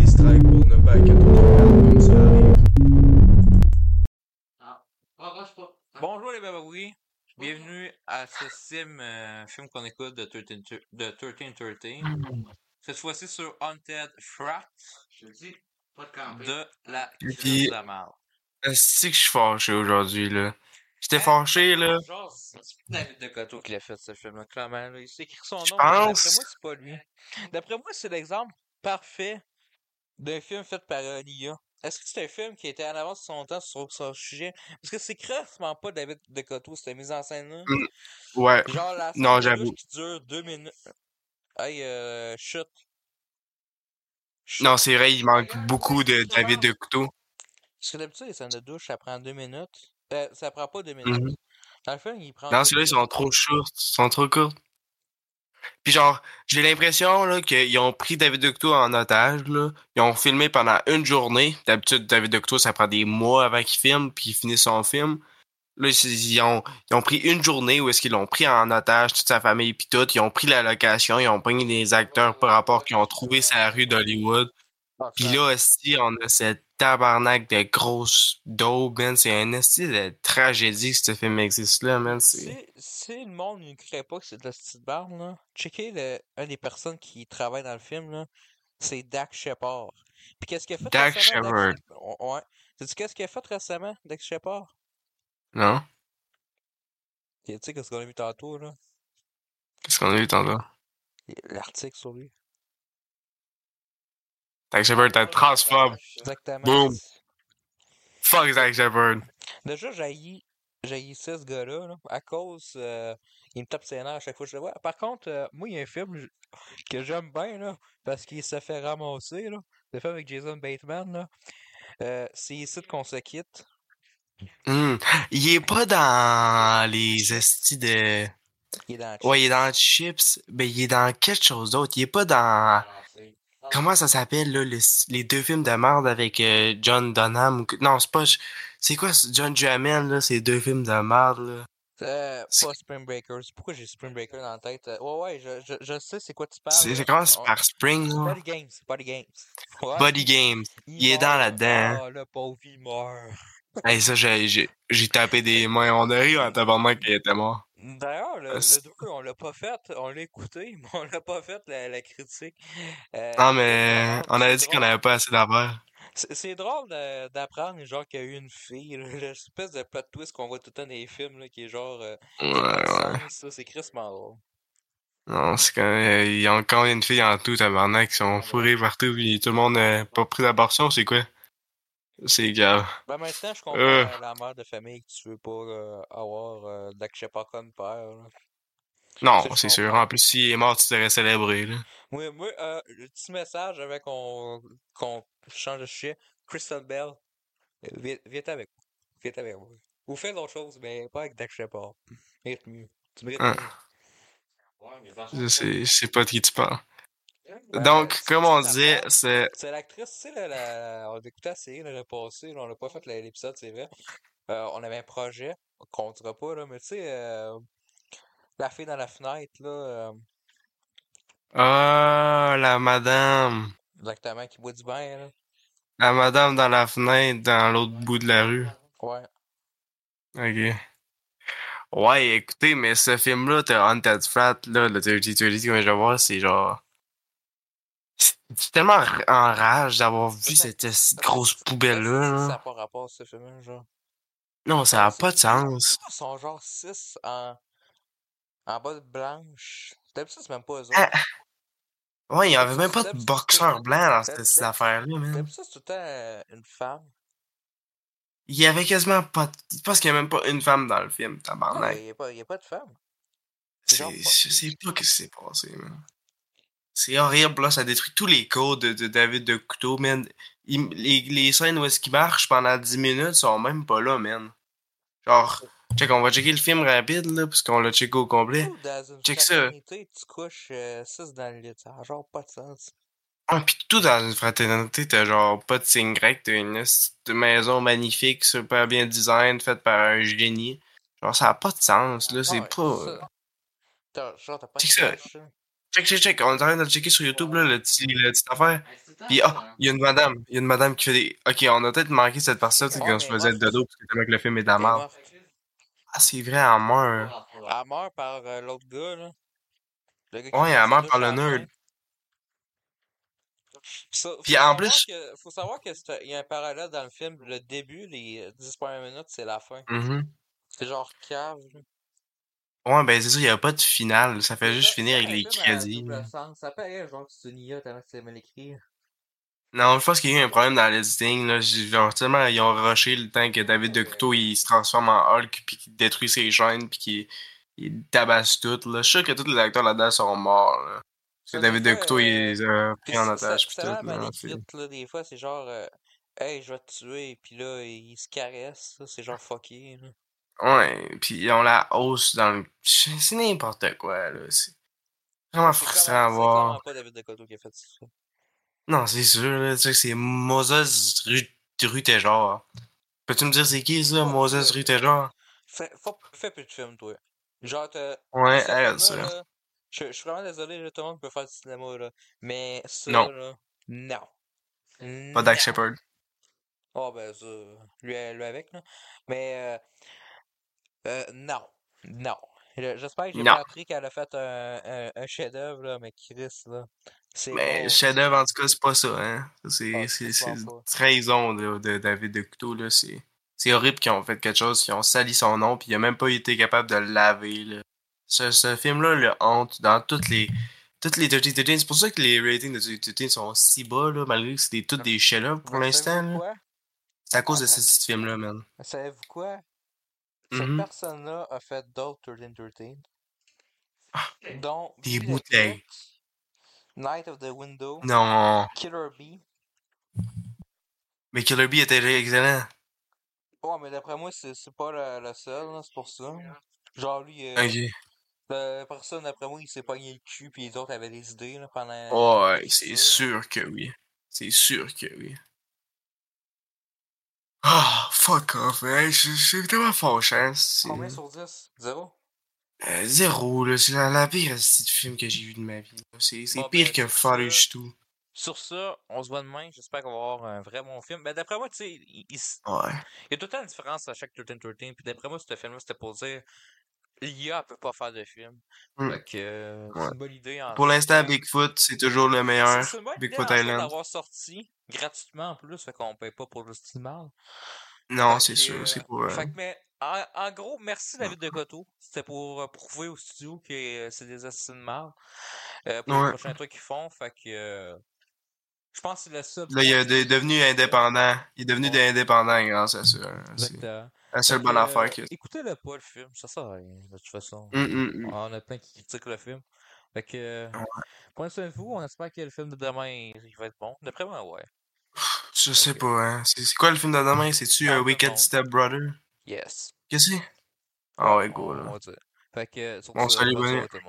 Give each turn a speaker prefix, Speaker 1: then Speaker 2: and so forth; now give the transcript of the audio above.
Speaker 1: distraits pour ne pas que tout regarde comme ça arrive.
Speaker 2: Ah,
Speaker 3: Bonjour les babouis, bienvenue à ce sim euh, film qu'on écoute de 13 de 1313.
Speaker 4: Hmm.
Speaker 3: Cette fois-ci sur Haunted Frat
Speaker 2: Je le dis, pas de
Speaker 4: Ah
Speaker 2: camping.
Speaker 3: de la
Speaker 4: Puis-
Speaker 3: Crise de la Marde.
Speaker 4: Esti que je suis fâché aujourd'hui, là. J'étais fâché, là.
Speaker 3: Genre, c'est c'est David de Coteau qui l'a fait ce film-là, clairement. là. Il s'est écrit son
Speaker 4: Je
Speaker 3: nom. mais D'après moi,
Speaker 4: pense.
Speaker 3: c'est pas lui. D'après moi, c'est l'exemple parfait d'un film fait par un IA. Est-ce que c'est un film qui était en avance sur son temps sur son sujet? Parce que c'est crèvement pas David de Coteau, cette mise en scène-là.
Speaker 4: Ouais.
Speaker 3: Genre la
Speaker 4: Non,
Speaker 3: scène de
Speaker 4: j'avoue.
Speaker 3: douche qui dure deux minutes. Hey, euh, chut. Chut.
Speaker 4: Non, c'est vrai, il manque beaucoup de David de Couteau.
Speaker 3: Parce que d'habitude, les scènes de douche, ça prend deux minutes. Euh, ça prend pas deux minutes.
Speaker 4: Mm-hmm.
Speaker 3: Dans le film, il prend.
Speaker 4: Non,
Speaker 3: deux
Speaker 4: ceux-là, ils
Speaker 3: minutes.
Speaker 4: sont trop courts. Ils sont trop courts. Puis genre, j'ai l'impression, là, qu'ils ont pris David de Couteau en otage, là. Ils ont filmé pendant une journée. D'habitude, David de Couteau, ça prend des mois avant qu'il filme, puis qu'il finisse son film. Là, ils ils ont, ils ont pris une journée où est-ce qu'ils l'ont pris en otage, toute sa famille, puis tout. Ils ont pris la location, ils ont pris les acteurs par rapport qu'ils ont trouvé sa rue d'Hollywood.
Speaker 3: Ah,
Speaker 4: Pis là, aussi, on a cette tabarnak de grosses daubes, man. C'est un esti de tragédie que ce film existe là, man. C'est...
Speaker 3: Si, si le monde ne crée pas que c'est de la petite barbe, là, checkez le, une des personnes qui travaille dans le film, là, c'est Dak Shepard. Puis qu'est-ce qu'il a fait
Speaker 4: Dak
Speaker 3: récemment?
Speaker 4: Shepard.
Speaker 3: Shep- Ouais. Sais-tu qu'est-ce qu'il a fait récemment, Dak Shepard?
Speaker 4: Non?
Speaker 3: Et Tu sais, qu'est-ce qu'on a vu tantôt, là?
Speaker 4: Qu'est-ce qu'on a eu tantôt?
Speaker 3: L'article sur lui.
Speaker 4: Zach Shepard, t'es un transphobe.
Speaker 3: Exactement.
Speaker 4: Boom. Fuck Zach Shepard.
Speaker 3: Déjà, j'ai ça, ce gars-là, là, à cause. euh, il me tape ses nerfs à chaque fois que je le vois. Par contre, euh, moi, il y a un film j- que j'aime bien, là, parce qu'il se fait ramasser, là. Le film avec Jason Bateman, là. Euh, c'est ici qu'on se quitte.
Speaker 4: Hmm. Il est pas dans les estis de.
Speaker 3: Il est dans le
Speaker 4: Ouais, il est dans Chips, mais il est dans quelque chose d'autre. Il est pas
Speaker 2: Ah,
Speaker 4: dans. Comment ça s'appelle, là, le- les deux films de merde avec euh, John Dunham? ou que- Non, c'est pas. C'est quoi, c'est John Duhamel, là, ces deux films de merde, là?
Speaker 3: chat. Euh,
Speaker 4: C'est-
Speaker 3: pas Spring Breakers. Pourquoi j'ai Spring Breaker dans la tête? Euh, Ouais, ouais, je, je, je sais c'est quoi tu parles.
Speaker 4: C'est,
Speaker 3: là.
Speaker 4: c'est commence
Speaker 3: On-
Speaker 4: par Spring, là.
Speaker 3: Body Games, Body Games. Ouais,
Speaker 4: Body Game. il est dans
Speaker 3: meurt.
Speaker 4: là-dedans, hein.
Speaker 3: Ah, le pauvre, il meurt.
Speaker 4: Hey, ça, j'ai, j'ai, j'ai tapé des mains. On a ri en tabarnak qu'il était mort.
Speaker 3: D'ailleurs, le,
Speaker 4: Euh,
Speaker 3: le
Speaker 4: c'est-
Speaker 3: 2, on l'a pas fait, on l'a écouté, mais on l'a pas fait la, la critique. Euh,
Speaker 4: Non, Ah, mais on avait dit
Speaker 3: c'est
Speaker 4: qu'on
Speaker 3: drôle.
Speaker 4: n'avait pas assez d'affaires.
Speaker 3: C'est c'est drôle de- d'apprendre genre qu'il y a eu une fille, là, l'espèce de plot twist qu'on voit tout le temps dans les films, là, qui est genre. euh,
Speaker 4: Ouais,
Speaker 3: qui a pas de
Speaker 4: ouais.
Speaker 3: sens, là, c'est crissement drôle.
Speaker 4: Non, c'est quand il y a encore une fille en tout, tabarnak, qui sont fourrés partout, puis tout le monde n'a pas pris d'abortion, c'est quoi? C'est grave.
Speaker 3: Ben maintenant, je comprends
Speaker 4: Euh.
Speaker 3: euh, la mère de famille que tu veux pas euh, avoir euh, Dak Shepard comme père. là.
Speaker 4: Non,
Speaker 3: Ça, je
Speaker 4: c'est sûr.
Speaker 3: comprends.
Speaker 4: En plus, s'il est mort, tu serais célébré, là.
Speaker 3: Oui, moi, euh, le petit message avant qu'on qu'on change de sujet. Crystal Bell, euh, viens, viens avec moi. Viens avec moi. Ou fais d'autres choses, mais pas avec Dak Shepard. Mérite mieux. Tu mérites
Speaker 4: Hein.
Speaker 3: mieux.
Speaker 2: Ouais, mais dans
Speaker 4: Je sais, je sais pas de qui tu parles.
Speaker 3: Ben,
Speaker 4: Ah. Donc,
Speaker 3: c'est-
Speaker 4: comme on
Speaker 3: c'est
Speaker 4: disait,
Speaker 3: la-
Speaker 4: c'est.
Speaker 3: C'est l'actrice, tu sais, là, la- on l'écoutait assez, là, le passé, là, on n'a pas fait la- l'épisode, c'est vrai. Euh, on avait un projet, qu'on ne dira pas, là, mais tu sais, euh, la fille dans la fenêtre, là, euh,
Speaker 4: Ah, la madame.
Speaker 3: exactement, qui boit du bain, là.
Speaker 4: La madame dans la fenêtre, dans l'autre bout de la rue.
Speaker 3: Ouais.
Speaker 4: Ok. Ouais, écoutez, mais ce film-là, The Haunted Flat, là, le 3030 que je vais voir, c'est genre. C'est c'est tellement r- en rage d'avoir vu cette esti de grosse poubelle-là.
Speaker 3: Ça
Speaker 4: là.
Speaker 3: n'a pas rapport à ce film, genre.
Speaker 4: Non, ça n'a pas de sens.
Speaker 3: Ils sont genre 6 en, en bas de blanche. D'habitude, c'est même pas eux autres.
Speaker 4: Ah, Ouais, il n'y avait même pas de boxeur blanc dans cette, cette affaire-là, man.
Speaker 3: D'habitude, c'est tout le temps euh, une femme.
Speaker 4: Il y avait quasiment pas. de- Je pense qu'il n'y a même pas une femme dans le film,
Speaker 3: Non,
Speaker 4: tabarnak.
Speaker 3: Il n'y a, pas- il y a pas de femme.
Speaker 4: C'est- Je sais pas ce qui s'est passé, man. C'est horrible, là. Ça détruit tous les codes de, de David de Couteau, man. Il- les, les scènes où est-ce qu'il marche pendant 10 minutes sont même pas là, man. Genre, check, on va checker le film rapide, là, parce qu'on l'a checké au complet.
Speaker 3: Ou dans une
Speaker 4: Eh, check ça.
Speaker 3: fraternité, tu couches 6 dans le lit. Ça a genre pas de sens.
Speaker 4: Ah, pis tout dans une fraternité, t'as genre pas de signe grec, t'as une petite maison magnifique, super bien design, faite par un génie. Genre, ça a pas de sens, là. Ah C'est
Speaker 3: Ouais,
Speaker 4: pas.
Speaker 3: Ah,
Speaker 4: euh,
Speaker 3: ça. T'as- Genre, t'as pas
Speaker 4: Check ça.
Speaker 3: de cash, hein.
Speaker 4: Check, check, check. On est en train de le checker sur YouTube, là, le petit, la petite affaire.
Speaker 2: temps.
Speaker 4: Puis, ah, il y a une madame. Il y a une madame qui fait des. Ok, on a peut-être manqué cette partie-là tu sais,
Speaker 3: Ouais,
Speaker 4: quand je
Speaker 3: mais moi,
Speaker 4: faisais le
Speaker 3: c'est-
Speaker 4: dodo, parce que tellement que le film est de la
Speaker 3: Elle
Speaker 4: merde.
Speaker 3: meurt-
Speaker 4: Ah, c'est vrai, elle meurt.
Speaker 3: Elle meurt par euh, l'autre gars, là. Le gars qui
Speaker 4: Ouais,
Speaker 3: prend
Speaker 4: elle
Speaker 3: sa
Speaker 4: meurt
Speaker 3: douche
Speaker 4: par
Speaker 3: à la
Speaker 4: le
Speaker 3: fin.
Speaker 4: nerd.
Speaker 3: Ça, faut
Speaker 4: Puis en
Speaker 3: savoir
Speaker 4: plus-
Speaker 3: que- faut savoir qu'il y a un parallèle dans le film. Le début, les 10 premières minutes, c'est la fin.
Speaker 4: Mhm.
Speaker 3: C'est genre cave. là.
Speaker 4: Ouais, ben c'est ça, il n'y a pas de finale. Ça fait juste
Speaker 3: Ça-
Speaker 4: finir
Speaker 3: ça,
Speaker 4: avec
Speaker 3: un
Speaker 4: les
Speaker 3: film à
Speaker 4: crédits.
Speaker 3: double sens. Ça paraît genre que c'est une IA tellement que c'est mal écrit.
Speaker 4: Non, je pense qu'il y a eu un problème dans l'editing. Là. J'ai- Genre, tellement, ils ont rushé le temps que David de Couteau il se transforme en Hulk, puis qu'il détruit ses chaînes, puis qu'il il tabasse tout. Là. Je suis sûr que tous les acteurs là-dedans sont morts. Là. Parce que
Speaker 3: Ça, des
Speaker 4: David de
Speaker 3: fois,
Speaker 4: Couteau, il
Speaker 3: euh,
Speaker 4: les a
Speaker 3: Puis
Speaker 4: pris en
Speaker 3: c'est- ça- ben,
Speaker 4: otage, puis
Speaker 3: c'est
Speaker 4: tout.
Speaker 3: tellement mal
Speaker 4: là, c'est-
Speaker 3: écrit, là, des fois, c'est genre, euh, hey, je vais te tuer, puis là, il se caresse, là, c'est genre fucké, là.
Speaker 4: Ouais, puis ils ont la hausse dans le... C'est c'est n'importe quoi, là. C'est vraiment
Speaker 3: C'est
Speaker 4: frustrant
Speaker 3: clairement-
Speaker 4: à
Speaker 3: c'est
Speaker 4: voir.
Speaker 3: clairement pas David Decoteau qui a fait ça.
Speaker 4: Non, c'est sûr, là. Tu sais, c'est Moses Ru- Rutejard. Peux-tu me dire c'est qui, ça,
Speaker 3: Ouais,
Speaker 4: Moses
Speaker 3: ouais.
Speaker 4: Rutejard?
Speaker 3: Fais, faut- fais plus de films, toi. Genre, t'as-
Speaker 4: Ouais,
Speaker 3: ce
Speaker 4: arrête ça.
Speaker 3: film-là, là, je, je suis vraiment désolé, là, tout le monde peut faire du cinéma, là. Mais ça,
Speaker 4: Non.
Speaker 3: là, non.
Speaker 4: Pas
Speaker 3: Non.
Speaker 4: Dak Shepard.
Speaker 3: Oh, ben, ça, lui, lui avec, là. Mais, euh, euh, non. Non. Je- J'espère que j'ai
Speaker 4: Non.
Speaker 3: pas appris qu'elle a fait un, un, un chef-d'œuvre, là, mais Chris, là. C'est
Speaker 4: Mais
Speaker 3: bon.
Speaker 4: chef-d'œuvre, en tout cas, Ben, c'est pas ça, hein. Ça,
Speaker 3: Ah,
Speaker 4: C'est c'est-
Speaker 3: c'est
Speaker 4: c'est
Speaker 3: clairement pas.
Speaker 4: trahison là, de David de Couteau, là. C'est c'est horrible qu'ils ont fait quelque chose, qu'ils ont sali son nom, puis il a même pas été capable de le laver, là. Ce, ce film-là le hante dans toutes les. Toutes les Dirty Thirteen. C'est pour ça que les ratings de Dirty Thirteen sont si bas, là, malgré que c'est des-
Speaker 3: Ah,
Speaker 4: toutes des chefs-d'œuvre pour
Speaker 3: Mais
Speaker 4: l'instant,
Speaker 3: savez-vous
Speaker 4: là.
Speaker 3: quoi?
Speaker 4: C'est à cause de ce petit film-là, man.
Speaker 3: Savez-vous quoi? Cette
Speaker 4: Mhm.
Speaker 3: personne-là a fait d'autres 13 dont
Speaker 4: Des
Speaker 3: Bill
Speaker 4: bouteilles.
Speaker 3: Hicks, Night of the Window,
Speaker 4: Non.
Speaker 3: Killer Bee.
Speaker 4: Mais Killer Bee était excellent.
Speaker 3: Oh, mais d'après moi, c'est c'est pas le, le seul, là, c'est pour ça. Genre, lui, euh,
Speaker 4: Ok.
Speaker 3: la personne, d'après moi, il s'est pogné le cul, puis les autres avaient des idées là, pendant.
Speaker 4: Oh, Ouais, c'est
Speaker 3: ça.
Speaker 4: sûr que oui. C'est sûr que oui. Ah, fuck off, hein. C'est c'est tellement fâchant. c'est-
Speaker 3: Combien sur 10? Zéro?
Speaker 4: Euh, zéro, là. C'est la, la pire esti de film que j'ai vu de ma vie. là. C'est c'est
Speaker 3: Bon,
Speaker 4: pire
Speaker 3: ben,
Speaker 4: que
Speaker 3: sur
Speaker 4: Forage tout.
Speaker 3: Sur ça, on se voit demain. J'espère qu'on va avoir un vrai bon film. Ben, d'après moi, tu sais, il- il s-
Speaker 4: Ouais.
Speaker 3: Il y a tout le temps une différence à chaque 13-13, puis d'après moi, ce film-là, c'était pour dire l'IA peut pas faire de film.
Speaker 4: Hmm.
Speaker 3: Fait que euh, c'est
Speaker 4: Ouais.
Speaker 3: une bonne idée en
Speaker 4: Pour l'instant,
Speaker 3: soi.
Speaker 4: Bigfoot, c'est toujours le
Speaker 3: C'est-
Speaker 4: meilleur.
Speaker 3: C'est une bonne idée
Speaker 4: Bigfoot
Speaker 3: en soi
Speaker 4: Island.
Speaker 3: d'avoir sorti gratuitement en plus, fait qu'on paye pas pour le mal.
Speaker 4: Non,
Speaker 3: Fait
Speaker 4: c'est
Speaker 3: que, euh,
Speaker 4: sûr, c'est pour. euh,
Speaker 3: Fait que, mais en, en gros, merci David de Coteau. C'était pour euh, prouver au studio que euh, c'est des assassins de mal. euh, pour
Speaker 4: Ouais.
Speaker 3: les prochains trucs qu'ils font, fait que. euh, je pense que c'est le seul.
Speaker 4: Là, il est de- devenu indépendant. Il est devenu
Speaker 3: Ouais.
Speaker 4: indépendant grâce à ça. hein. C'est
Speaker 3: Exactement.
Speaker 4: la seule
Speaker 3: Fait
Speaker 4: bonne
Speaker 3: que,
Speaker 4: affaire
Speaker 3: euh,
Speaker 4: qu'il y a.
Speaker 3: Écoutez-le pas le film, ça sert à rien, de toute façon. Ah,
Speaker 4: Hum, hum, hum.
Speaker 3: On a plein qui critiquent le film. Fait que. euh, Prenez soin de vous, on espère que le film de demain il va être bon. D'après moi, ouais.
Speaker 4: Je sais
Speaker 3: Ok.
Speaker 4: pas, hein. C'est c'est quoi le film de demain? C'est-tu
Speaker 3: Parle
Speaker 4: euh,
Speaker 3: de
Speaker 4: Wicked
Speaker 3: monde.
Speaker 4: Step Brother?
Speaker 3: Yes.
Speaker 4: Qu'est-ce que c'est? Ah ouais,
Speaker 3: on-
Speaker 4: go, là.
Speaker 3: on va dire. Fait que. euh, sur
Speaker 4: Bon,
Speaker 3: ce,
Speaker 4: salut,
Speaker 3: bonne
Speaker 4: bonne
Speaker 3: soirée tout le monde.